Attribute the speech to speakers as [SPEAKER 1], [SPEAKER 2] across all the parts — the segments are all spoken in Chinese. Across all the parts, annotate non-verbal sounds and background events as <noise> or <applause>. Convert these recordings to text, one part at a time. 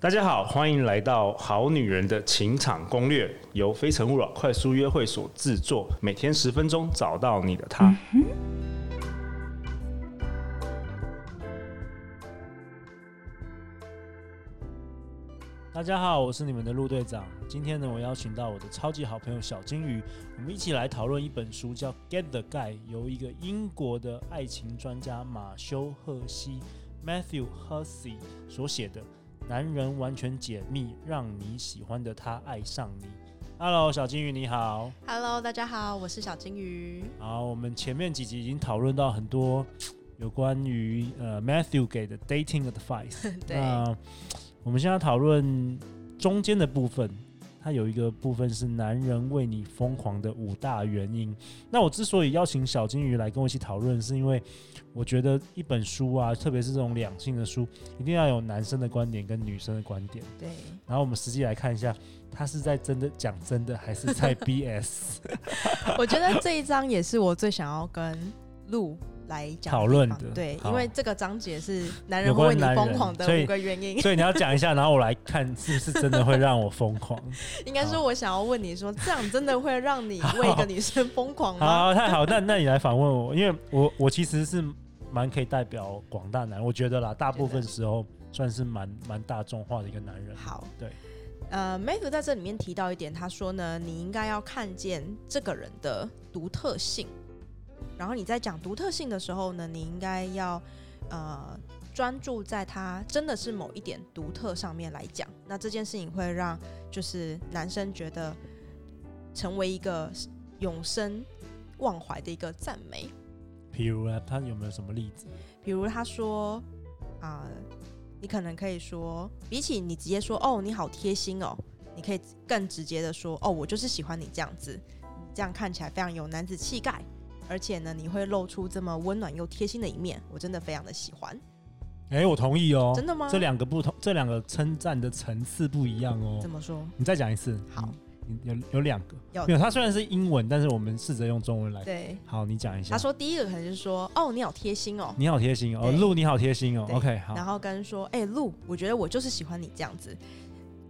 [SPEAKER 1] 大家好，欢迎来到《好女人的情场攻略》，由非诚勿扰快速约会所制作，每天十分钟，找到你的他。
[SPEAKER 2] 大家好，我是你们的陆队长。今天呢，我邀请到我的超级好朋友小金鱼，我们一起来讨论一本书，叫《Get the Guy》，由一个英国的爱情专家马修·赫西 （Matthew Hussey） 所写的《男人完全解密：让你喜欢的他爱上你》。Hello，小金鱼你好。
[SPEAKER 3] Hello，大家好，我是小金 <laughs> 鱼。
[SPEAKER 2] 好，我们前面几集已经讨论到很多有关于呃 Matthew 给的 dating advice。
[SPEAKER 3] 对
[SPEAKER 2] 那我们现在讨论中间的部分，它有一个部分是男人为你疯狂的五大原因。那我之所以邀请小金鱼来跟我一起讨论，是因为我觉得一本书啊，特别是这种两性的书，一定要有男生的观点跟女生的观点。
[SPEAKER 3] 对，
[SPEAKER 2] 然后我们实际来看一下，他是在真的讲真的，还是在 BS
[SPEAKER 3] 我觉得这一章也是我最想要跟陆来讲
[SPEAKER 2] 讨论
[SPEAKER 3] 地方
[SPEAKER 2] 的
[SPEAKER 3] 对，
[SPEAKER 2] 好
[SPEAKER 3] 因为这个章节是男
[SPEAKER 2] 有
[SPEAKER 3] 人
[SPEAKER 2] 关
[SPEAKER 3] 为你
[SPEAKER 2] 男
[SPEAKER 3] 疯
[SPEAKER 2] 人
[SPEAKER 3] 狂的
[SPEAKER 2] 所以
[SPEAKER 3] 五个原因。
[SPEAKER 2] 所以你要讲一下，然后我来看是不是真的会让我疯狂。
[SPEAKER 3] 应该说，我想要问你说，这样真的会让 <laughs> 你为一个女生疯狂吗？
[SPEAKER 2] 好，太好，那那你来反问我，因为我我其实是蛮可以代表广大男，我觉得啦，大部分时候算是蛮蛮大众化的一个男人。
[SPEAKER 3] 好，
[SPEAKER 2] 对。
[SPEAKER 3] 呃，Matthew 在这里面提到一点，他说呢，你应该要看见这个人的独特性，然后你在讲独特性的时候呢，你应该要呃专注在他真的是某一点独特上面来讲。那这件事情会让就是男生觉得成为一个永生忘怀的一个赞美。
[SPEAKER 2] 比如呢，他有没有什么例子？
[SPEAKER 3] 比如他说啊、你可能可以说，比起你直接说哦你好贴心哦，你可以更直接的说哦我就是喜欢你这样子，你这样看起来非常有男子气概，而且呢你会露出这么温暖又贴心的一面，我真的非常的喜欢。
[SPEAKER 2] 哎、我同意哦。
[SPEAKER 3] 真的吗
[SPEAKER 2] 这两个不同，这两个称赞的层次不一样哦
[SPEAKER 3] 怎。么说？
[SPEAKER 2] 你再讲一次。
[SPEAKER 3] 好
[SPEAKER 2] 嗯，有有两个。
[SPEAKER 3] 有
[SPEAKER 2] 没有，它虽然是英文，但是我们试着用中文来。
[SPEAKER 3] 对，
[SPEAKER 2] 好，你讲一下。
[SPEAKER 3] 他说第一个可能就是说哦你好贴心哦，
[SPEAKER 2] 你好贴心哦，
[SPEAKER 3] 对
[SPEAKER 2] 露你好贴心哦。
[SPEAKER 3] 对
[SPEAKER 2] OK，好。
[SPEAKER 3] 然后跟说哎、露，我觉得我就是喜欢你这样子。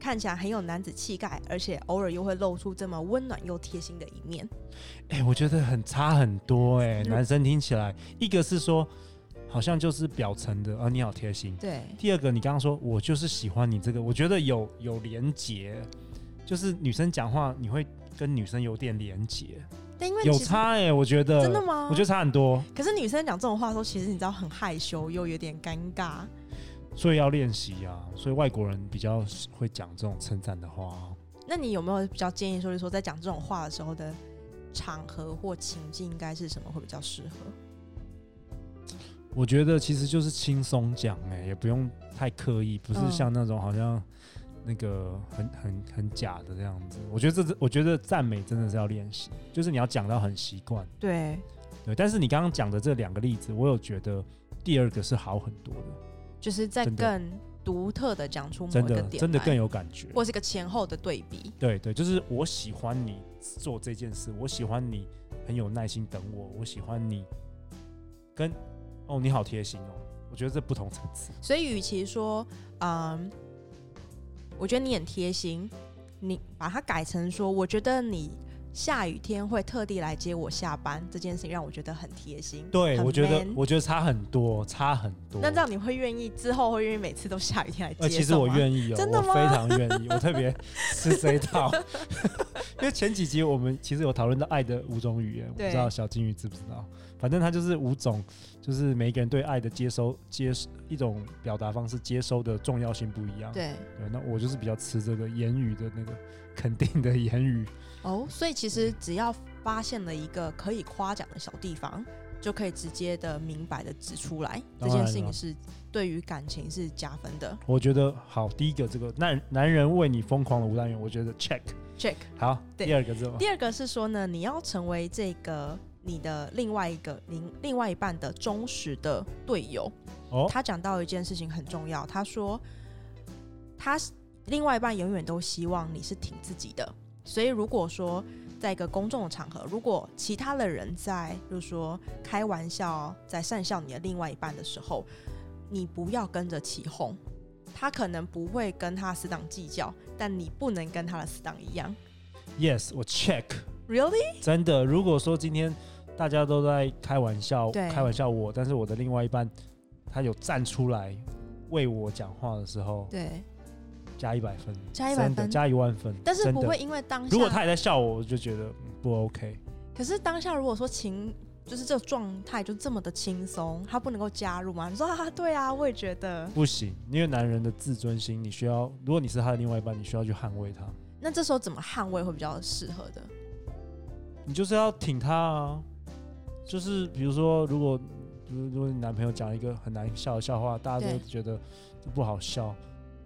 [SPEAKER 3] 看起来很有男子气概，而且偶尔又会露出这么温暖又贴心的一面。
[SPEAKER 2] 哎、我觉得很差很多哎、
[SPEAKER 3] 嗯
[SPEAKER 2] 男生听起来，一个是说好像就是表层的啊，你好贴心；
[SPEAKER 3] 对，
[SPEAKER 2] 第二个你刚刚说我就是喜欢你这个，我觉得有有连结，就是女生讲话你会跟女生有点连结，
[SPEAKER 3] 但因为
[SPEAKER 2] 有
[SPEAKER 3] 其实
[SPEAKER 2] 差哎、我觉得
[SPEAKER 3] 真的吗？
[SPEAKER 2] 我觉得差很多，
[SPEAKER 3] 可是女生讲这种话的时候，其实你知道很害羞，又有点尴尬。
[SPEAKER 2] 所以要练习啊，所以外国人比较会讲这种称赞的话啊。
[SPEAKER 3] 那你有没有比较建议说，就是说在讲这种话的时候的场合或情境应该是什么会比较适合？
[SPEAKER 2] 我觉得其实就是轻松讲哎，也不用太刻意，不是
[SPEAKER 3] 嗯
[SPEAKER 2] 像那种好像那个很很很假的这样子。我觉得这我觉得赞美真的是要练习，就是你要讲到很习惯。
[SPEAKER 3] 对，
[SPEAKER 2] 对，但是你刚刚讲的这两个例子，我有觉得第二个是好很多的，
[SPEAKER 3] 就是在
[SPEAKER 2] 真的
[SPEAKER 3] 更独特的讲出某
[SPEAKER 2] 真
[SPEAKER 3] 一个
[SPEAKER 2] 的
[SPEAKER 3] 点来，
[SPEAKER 2] 真的更有感觉。
[SPEAKER 3] 或是一个前后的对比。
[SPEAKER 2] 对对，就是我喜欢你做这件事，我喜欢你很有耐心等我，我喜欢你跟哦你好贴心哦，我觉得这不同层次。
[SPEAKER 3] 所以，与其说，嗯，我觉得你很贴心，你把它改成说，我觉得你下雨天会特地来接我下班这件事情，让我觉得很贴心。
[SPEAKER 2] 对，
[SPEAKER 3] 很
[SPEAKER 2] 我觉得
[SPEAKER 3] man
[SPEAKER 2] 我觉得差很多，差很多。
[SPEAKER 3] 那这样你会愿意之后会愿意每次都下雨天来接、
[SPEAKER 2] 呃，其实我愿意哦，
[SPEAKER 3] 真的
[SPEAKER 2] 我
[SPEAKER 3] 吗
[SPEAKER 2] 非常愿意，
[SPEAKER 3] <laughs>
[SPEAKER 2] 我特别吃这一套。 <laughs> 因为前几集我们其实有讨论到爱的五种语言，我不
[SPEAKER 3] 对
[SPEAKER 2] 知道小金鱼知不知道？反正它就是五种，就是每一个人对爱的接收接一种表达方式接收的重要性不一样。
[SPEAKER 3] 对
[SPEAKER 2] 对，那我就是比较吃这个言语的那个肯定的言语。 <laughs>
[SPEAKER 3] 哦，所以其实只要发现了一个可以夸奖的小地方，就可以直接的明白的指出来，这
[SPEAKER 2] 当然
[SPEAKER 3] 件
[SPEAKER 2] 了
[SPEAKER 3] 事情是对于感情是加分的。
[SPEAKER 2] 我觉得好，第一个这个男男人为你疯狂的无单元，我觉得 check
[SPEAKER 3] Check。
[SPEAKER 2] 好。
[SPEAKER 3] 对
[SPEAKER 2] 第二个是什么？
[SPEAKER 3] 第二个是说呢，你要成为这个你的另外一个您另外一半的忠实的队友。
[SPEAKER 2] 哦，
[SPEAKER 3] 他讲到一件事情很重要，他说他另外一半永远都希望你是挺自己的，所以如果说在一个公众的场合，如果其他的人在，就是说开玩笑，在讪笑你的另外一半的时候，你不要跟着起哄。他可能不会跟他死党计较，但你不能跟他的死党一样。
[SPEAKER 2] Yes，我 check，
[SPEAKER 3] Really？
[SPEAKER 2] 真的。如果说今天大家都在开玩笑，
[SPEAKER 3] 对
[SPEAKER 2] 开玩笑我，但是我的另外一半他有站出来为我讲话的时候，
[SPEAKER 3] 对，
[SPEAKER 2] 加一百分，
[SPEAKER 3] 加100
[SPEAKER 2] 真的
[SPEAKER 3] 分
[SPEAKER 2] 加一万分，
[SPEAKER 3] 但是
[SPEAKER 2] 真
[SPEAKER 3] 不
[SPEAKER 2] 的
[SPEAKER 3] 会。因为当下。
[SPEAKER 2] 如果他也在笑我，我就觉得嗯不 OK。
[SPEAKER 3] 可是当下如果说情就是这个状态就这么的轻松，他不能够加入吗？你说啊，对啊，我也觉得。
[SPEAKER 2] 不行，因为男人的自尊心，你需要，如果你是他的另外一半，你需要去捍卫他，
[SPEAKER 3] 那这时候怎么捍卫会比较适合的？
[SPEAKER 2] 你就是要挺他啊。就是比如说，如果如如果你男朋友讲一个很难笑的笑话，大家都
[SPEAKER 3] 对
[SPEAKER 2] 觉得这不好笑，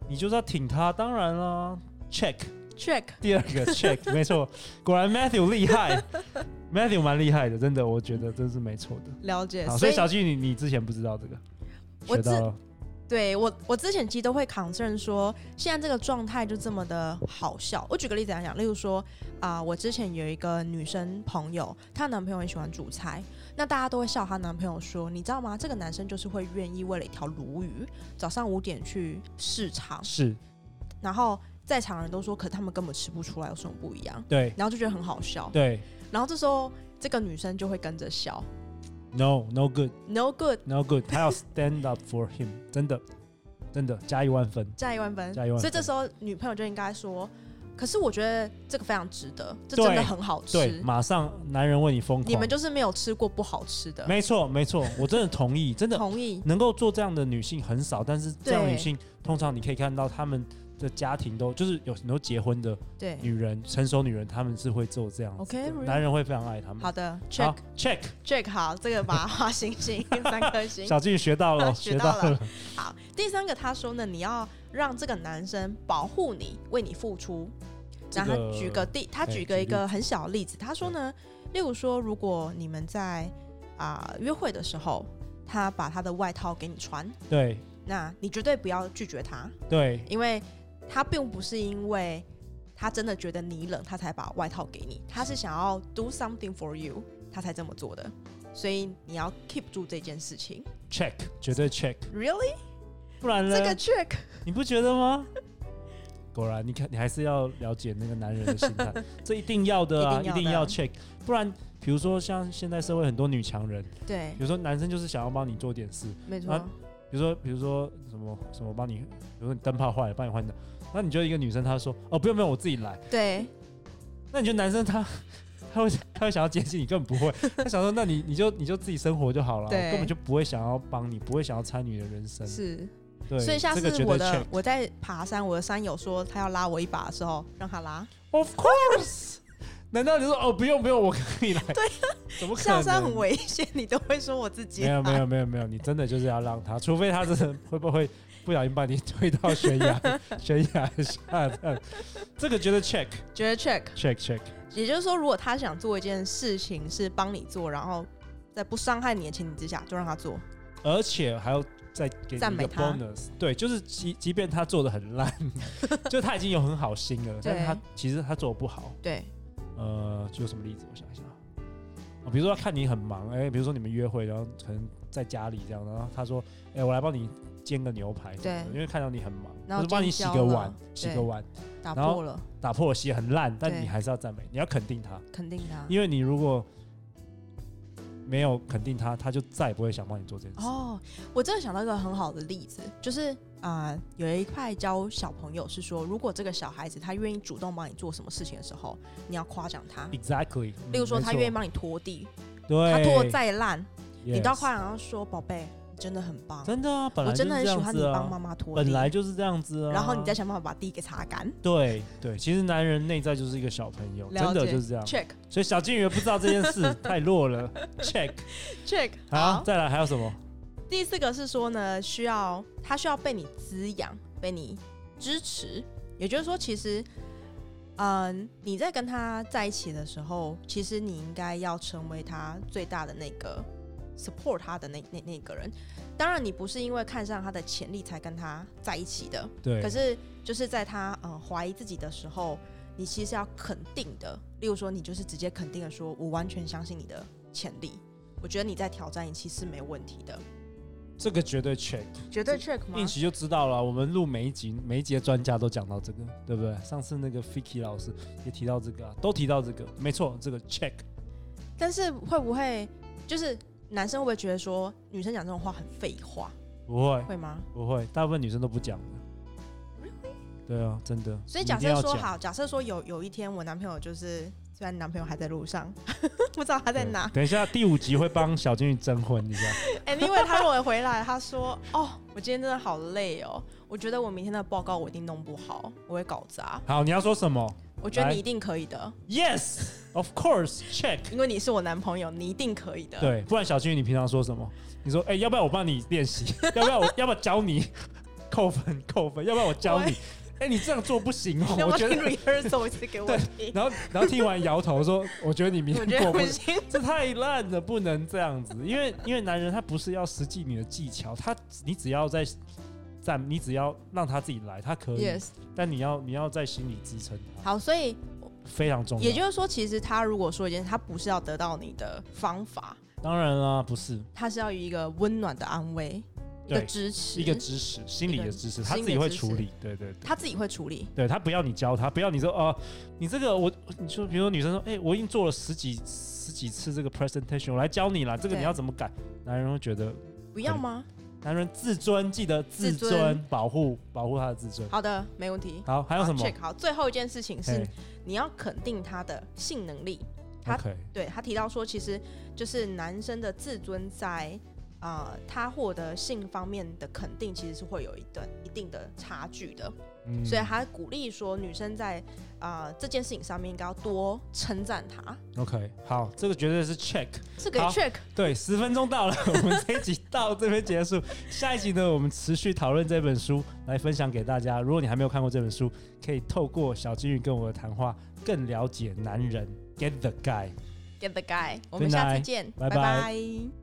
[SPEAKER 2] 你就是要挺他。当然啦、check
[SPEAKER 3] check
[SPEAKER 2] 第二个
[SPEAKER 3] <laughs>
[SPEAKER 2] check，没错，果然 Matthew 厉害，Matthew 蛮厉害的，真的，我觉得这是没错的。
[SPEAKER 3] 了解，
[SPEAKER 2] 好，所以小季你你之前不知道这个，
[SPEAKER 3] 我
[SPEAKER 2] 学
[SPEAKER 3] 知
[SPEAKER 2] 到了。
[SPEAKER 3] 对我，我之前其实都会 concern 说，现在这个状态就这么的好笑。我举个例子来讲，例如说啊、我之前有一个女生朋友，她男朋友很喜欢煮菜，那大家都会笑她男朋友说，你知道吗？这个男生就是会愿意为了一条鲈鱼，早上五点去市场，
[SPEAKER 2] 是
[SPEAKER 3] 然后在场人都说，可他们根本吃不出来有什么不一样，
[SPEAKER 2] 对
[SPEAKER 3] 然后就觉得很好笑。
[SPEAKER 2] 对
[SPEAKER 3] 然后这时候这个女生就会跟着笑
[SPEAKER 2] ，no no good
[SPEAKER 3] ，no good，
[SPEAKER 2] no good，他要 stand up for him，真的真的加一万分，
[SPEAKER 3] 加一万分，
[SPEAKER 2] 加一万分
[SPEAKER 3] 所以这时候女朋友就应该说，可是我觉得这个非常值得，这真的很好
[SPEAKER 2] 对，
[SPEAKER 3] 吃。
[SPEAKER 2] 马上男人为你疯狂，
[SPEAKER 3] 你们就是没有吃过不好吃的，
[SPEAKER 2] 没错没错，我真的
[SPEAKER 3] <laughs>
[SPEAKER 2] 同意，真的
[SPEAKER 3] 同意。
[SPEAKER 2] 能够做这样的女性很少，但是这样的
[SPEAKER 3] 对
[SPEAKER 2] 女性通常你可以看到她们的家庭都就是有很多结婚的
[SPEAKER 3] 对
[SPEAKER 2] 女人，成熟女人她们是会做这样子的
[SPEAKER 3] OK，really？
[SPEAKER 2] 男人会非常爱她们。
[SPEAKER 3] 好的，check
[SPEAKER 2] check，
[SPEAKER 3] check，好，这个把它画星
[SPEAKER 2] <laughs>
[SPEAKER 3] 星三颗星。
[SPEAKER 2] 小静学到
[SPEAKER 3] <laughs>
[SPEAKER 2] 了，
[SPEAKER 3] 学
[SPEAKER 2] 学
[SPEAKER 3] 到
[SPEAKER 2] 到
[SPEAKER 3] 了
[SPEAKER 2] 了，
[SPEAKER 3] 好，第三个他说呢，你要让这个男生保护你，为你付出。然后他举个第，他
[SPEAKER 2] 哎
[SPEAKER 3] 举个一
[SPEAKER 2] 举例
[SPEAKER 3] 个很小的例子，他说呢，例如说，如果你们在啊、约会的时候，他把他的外套给你穿，
[SPEAKER 2] 对
[SPEAKER 3] 那你绝对不要拒绝他，
[SPEAKER 2] 对
[SPEAKER 3] 因为他并不是因为他真的觉得你冷，他才把外套给你，他是想要 do something for you，他才这么做的。所以你要 keep 住这件事情。
[SPEAKER 2] check，绝对 check，
[SPEAKER 3] Really？
[SPEAKER 2] 不然呢？
[SPEAKER 3] 这个 check
[SPEAKER 2] 你不觉得吗？ <laughs> 果然，你看，你还是要了解那个男人的心
[SPEAKER 3] <laughs>
[SPEAKER 2] 态，这一定要的啊，
[SPEAKER 3] 一定要
[SPEAKER 2] 一
[SPEAKER 3] 的
[SPEAKER 2] 定要 check，不然，比如说像现在社会很多女强人，
[SPEAKER 3] 对，
[SPEAKER 2] 有时候男生就是想要帮你做点事，
[SPEAKER 3] 没错。
[SPEAKER 2] 啊比如说，比如说什么什么帮你，比如说你灯泡坏了，帮你换的，那你就一个女生她说，哦，不用不用，我自己来，
[SPEAKER 3] 对，
[SPEAKER 2] 那你觉得男生他 <laughs> 他会他会想要接近你，根本不会，他想说，那你你就你就自己生活就好了，
[SPEAKER 3] 对
[SPEAKER 2] 我根本就不会想要帮你，不会想要参与你的人生，
[SPEAKER 3] 是。
[SPEAKER 2] 对，
[SPEAKER 3] 所以下
[SPEAKER 2] 这个
[SPEAKER 3] 次
[SPEAKER 2] 绝
[SPEAKER 3] 我
[SPEAKER 2] 对
[SPEAKER 3] 的
[SPEAKER 2] check。
[SPEAKER 3] 我在爬山，我的山友说他要拉我一把的时候，让他 <laughs> 拉。
[SPEAKER 2] Of course，难道你说哦不用不用，我可以来？对、怎么可能？
[SPEAKER 3] 啊下山很危险，你都会说我自己
[SPEAKER 2] <laughs> 没有
[SPEAKER 3] 拉
[SPEAKER 2] 没有没有没有，你真的就是要让他，除非他真的会不会不小心把你推到悬崖悬崖下的，这个觉得 check
[SPEAKER 3] <laughs> 觉得 check。
[SPEAKER 2] check check，
[SPEAKER 3] 也就是说，如果他想做一件事情是帮你做，然后在不伤害你的前提之下，就让他做。
[SPEAKER 2] 而且还要再给你一
[SPEAKER 3] 赞美
[SPEAKER 2] 个
[SPEAKER 3] 他
[SPEAKER 2] bonus，对，就是即即便他做的
[SPEAKER 3] <laughs>
[SPEAKER 2] 很烂，就他已经有很好心了，但是他
[SPEAKER 3] 对
[SPEAKER 2] 其实他做的不好，
[SPEAKER 3] 对，
[SPEAKER 2] 呃，就有什么例子？我想一想啊，啊比如说他看你很忙，哎、比如说你们约会，然后可能在家里这样，然后他说，哎、我来帮你煎个牛排，
[SPEAKER 3] 对
[SPEAKER 2] 因为看到你很忙，
[SPEAKER 3] 然
[SPEAKER 2] 或
[SPEAKER 3] 后
[SPEAKER 2] 者帮你洗
[SPEAKER 3] 煎
[SPEAKER 2] 个
[SPEAKER 3] 焦了
[SPEAKER 2] 碗，洗
[SPEAKER 3] 对
[SPEAKER 2] 个碗，
[SPEAKER 3] 打
[SPEAKER 2] 然后
[SPEAKER 3] 破了，
[SPEAKER 2] 打破洗得很烂，但
[SPEAKER 3] 对
[SPEAKER 2] 你还是要赞美，你要肯定他，
[SPEAKER 3] 肯定啊他。
[SPEAKER 2] 因为你如果没有肯定他，他就再也不会想帮你做这件事。
[SPEAKER 3] 哦，我真的想到一个很好的例子，就是啊、呃有一派教小朋友是说，如果这个小孩子他愿意主动帮你做什么事情的时候，你要夸奖他。嗯
[SPEAKER 2] Exactly，
[SPEAKER 3] 例如说，他愿意
[SPEAKER 2] 吗？
[SPEAKER 3] 帮你拖地，
[SPEAKER 2] 对，
[SPEAKER 3] 他拖得再烂，你都要
[SPEAKER 2] yes
[SPEAKER 3] 夸奖他说：“宝贝，你真的很棒，
[SPEAKER 2] 真的啊，本来
[SPEAKER 3] 我真的很喜欢你帮妈
[SPEAKER 2] 妈，
[SPEAKER 3] 妈拖地。”
[SPEAKER 2] 啊本来就是这样子啊，
[SPEAKER 3] 然后你再想办法把地给擦干。
[SPEAKER 2] 对对，其实男人内在就是一个小朋友，真
[SPEAKER 3] 了
[SPEAKER 2] 的
[SPEAKER 3] 解
[SPEAKER 2] 就是这样。
[SPEAKER 3] Check
[SPEAKER 2] 所以小金鱼不知道这件
[SPEAKER 3] <laughs>
[SPEAKER 2] 事，太弱了。Check，
[SPEAKER 3] check
[SPEAKER 2] 好，再来还有什么？
[SPEAKER 3] 第四个是说呢，需要他需要被你滋养，被你支持。也就是说，其实，嗯，你在跟他在一起的时候，其实你应该要成为他最大的那个 support 他的那那那个人。当然，你不是因为看上他的潜力才跟他在一起的，
[SPEAKER 2] 对，
[SPEAKER 3] 可是就是在他嗯怀疑自己的时候，你其实要肯定的。例如说，你就是直接肯定的说：“我完全相信你的潜力，我觉得你在挑战一期是没问题的。”
[SPEAKER 2] 这个绝对 check，
[SPEAKER 3] 绝对 check 吗
[SPEAKER 2] 应？起就知道了。我们录每一集，每一集的专家都讲到这个，对不对？上次那个 Fiki 老师也提到这个、啊，都提到这个，没错，这个 check。
[SPEAKER 3] 但是会不会就是男生会不会觉得说女生讲这种话很废话？
[SPEAKER 2] 不会，
[SPEAKER 3] 会吗？
[SPEAKER 2] 不会，大部分女生都不讲的。对啊，真的。
[SPEAKER 3] 所以
[SPEAKER 2] 你一
[SPEAKER 3] 假
[SPEAKER 2] 定
[SPEAKER 3] 设
[SPEAKER 2] 要
[SPEAKER 3] 说
[SPEAKER 2] 讲，
[SPEAKER 3] 好，假设说有有一天我男朋友就是，虽然男朋友还在路上， <laughs> 不知道他在
[SPEAKER 2] 对
[SPEAKER 3] 哪。
[SPEAKER 2] 等一下第五集会帮小金鱼征婚，
[SPEAKER 3] <laughs>
[SPEAKER 2] 你知道？
[SPEAKER 3] Anyway，他如果回来，他说：“哦，我今天真的好累哦，我觉得我明天的报告我一定弄不好，我会搞砸。
[SPEAKER 2] 好，你要说什么
[SPEAKER 3] 我觉得
[SPEAKER 2] 来
[SPEAKER 3] 你一定可以的，
[SPEAKER 2] ？Yes，of course，check。
[SPEAKER 3] 因为你是我男朋友，你一定可以的。”
[SPEAKER 2] 对，不然小金鱼，你平常说什么？你说，哎、要不要我帮你
[SPEAKER 3] <laughs>
[SPEAKER 2] 练习？要不要我？要不要教你扣分？扣分？要不要我教你？哎、你这样做不行
[SPEAKER 3] <laughs>
[SPEAKER 2] 哦、
[SPEAKER 3] 要
[SPEAKER 2] 我
[SPEAKER 3] 不
[SPEAKER 2] 觉
[SPEAKER 3] 要听
[SPEAKER 2] 得。 <laughs>
[SPEAKER 3] rehearsal 一次给我
[SPEAKER 2] 对
[SPEAKER 3] 听？
[SPEAKER 2] 然后，然后听完摇头说：“我觉得你明
[SPEAKER 3] 我
[SPEAKER 2] 天
[SPEAKER 3] 觉得
[SPEAKER 2] 过不
[SPEAKER 3] 不
[SPEAKER 2] 了，
[SPEAKER 3] 行。
[SPEAKER 2] 这太烂了，不能这样子。因为，因为男人他不是要实际你的技巧，他你只要在站，你只要让他自己来，他可以。
[SPEAKER 3] Yes，
[SPEAKER 2] 但你要你要在心里支撑他，
[SPEAKER 3] 好，所以
[SPEAKER 2] 非常重要。
[SPEAKER 3] 也就是说，其实他如果说一件事，他不是要得到你的方法，
[SPEAKER 2] 当然啦，不是
[SPEAKER 3] 他是要有一个温暖的安慰，一
[SPEAKER 2] 对
[SPEAKER 3] 个支持，
[SPEAKER 2] 一个支持，心理的支持，他
[SPEAKER 3] 心
[SPEAKER 2] 自
[SPEAKER 3] 理
[SPEAKER 2] 己会
[SPEAKER 3] 支持
[SPEAKER 2] 处理。对对对。”
[SPEAKER 3] 他自己会处理。
[SPEAKER 2] 对他不要你教他，不要你说哦、你这个我，你说比如说女生说，哎、我已经做了十几十几次这个 presentation，我来教你啦，这个
[SPEAKER 3] 对
[SPEAKER 2] 你要怎么改？男人会觉得，
[SPEAKER 3] 不要吗？
[SPEAKER 2] 男人自尊，记得自尊，
[SPEAKER 3] 自尊
[SPEAKER 2] 保护保护他的自尊。
[SPEAKER 3] 好的，没问题。
[SPEAKER 2] 好，还有什么
[SPEAKER 3] check 好，最后一件事情是
[SPEAKER 2] 哎
[SPEAKER 3] 你要肯定他的性能力。他
[SPEAKER 2] ？OK，
[SPEAKER 3] 对他提到说，其实就是男生的自尊在啊、呃他获得性方面的肯定，其实是会有一段一定的差距的。
[SPEAKER 2] 嗯
[SPEAKER 3] 所以他鼓励说，女生在啊、呃这件事情上面应该要多称赞他。
[SPEAKER 2] OK，好，这个绝对是 check。
[SPEAKER 3] 这个
[SPEAKER 2] 好
[SPEAKER 3] check
[SPEAKER 2] 对，十分钟到了， <laughs> 我们这一集到这边结束。下一集呢，我们持续讨论这本书，来分享给大家。如果你还没有看过这本书，可以透过小金鱼跟我的谈话，更了解男人，get the guy。
[SPEAKER 3] get the guy。我们下次见，
[SPEAKER 2] 拜拜
[SPEAKER 3] 拜拜